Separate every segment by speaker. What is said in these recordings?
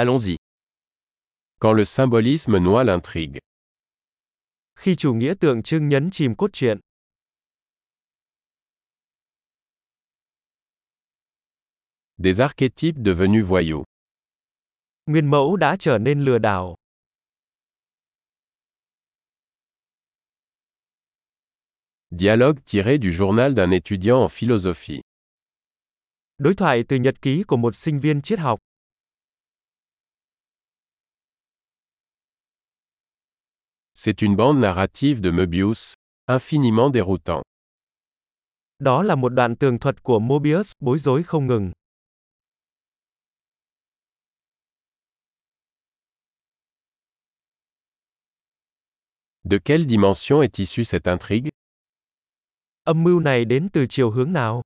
Speaker 1: Allons-y. Quand le symbolisme noie l'intrigue.
Speaker 2: Khi chủ nghĩa tượng trưng nhấn chìm cốt truyện,
Speaker 1: Des archétypes devenus voyous.
Speaker 2: nguyên mẫu đã trở nên lừa đảo.
Speaker 1: Dialogue tiré du journal d'un étudiant en philosophie.
Speaker 2: Đối thoại từ nhật ký của một sinh viên triết học,
Speaker 1: C'est une bande narrative de Möbius, infiniment déroutant.
Speaker 2: đó là một đoạn tường thuật của Mobius, bối rối không ngừng.
Speaker 1: De quelle dimension est issue cette intrigue
Speaker 2: Âm mưu này đến từ chiều hướng nào?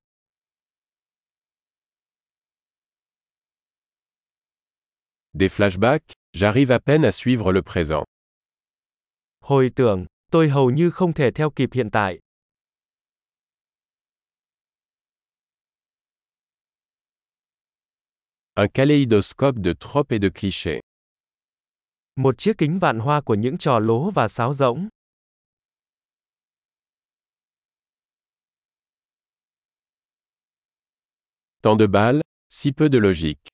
Speaker 1: Des flashbacks J'arrive à peine à suivre le présent.
Speaker 2: Hồi tưởng, tôi hầu như không thể theo kịp hiện tại.
Speaker 1: Un kaléidoscope de tropes et de clichés.
Speaker 2: Một chiếc kính vạn hoa của những trò lố và sáo rỗng,
Speaker 1: Tant de balles, si peu de logique.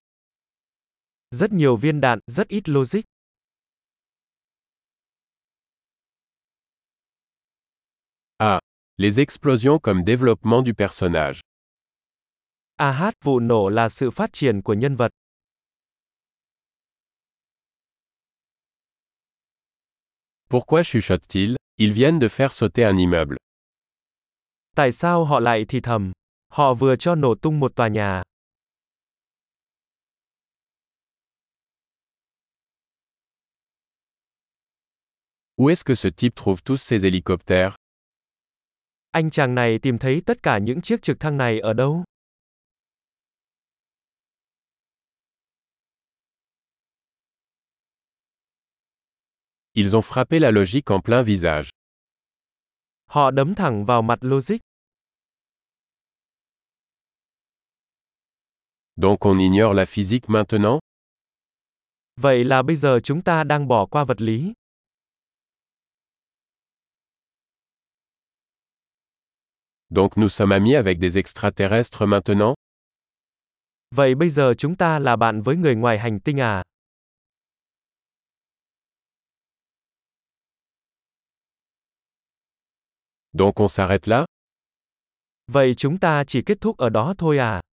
Speaker 2: rất nhiều viên đạn, rất ít logic,
Speaker 1: Les explosions comme développement du personnage.
Speaker 2: a hát vụ nổ là sự phát triển của nhân vật,
Speaker 1: Pourquoi chuchotent-ils Ils viennent de faire sauter un immeuble.
Speaker 2: tại sao họ lại thì thầm? Họ vừa cho nổ tung một tòa nhà.
Speaker 1: Où est-ce que ce type trouve tous ces hélicoptères
Speaker 2: Anh chàng này tìm thấy tất cả những chiếc trực thăng này ở đâu?
Speaker 1: Ils ont frappé la logique en plein visage.
Speaker 2: Họ đấm thẳng vào mặt logic,
Speaker 1: Donc on ignore la physique maintenant
Speaker 2: vậy là bây giờ chúng ta đang bỏ qua vật lý.
Speaker 1: Donc nous sommes amis avec des extraterrestres maintenant
Speaker 2: Vậy bây giờ chúng ta là bạn với người ngoài hành tinh à?
Speaker 1: Donc on s'arrête là
Speaker 2: Vậy chúng ta chỉ kết thúc ở đó thôi à?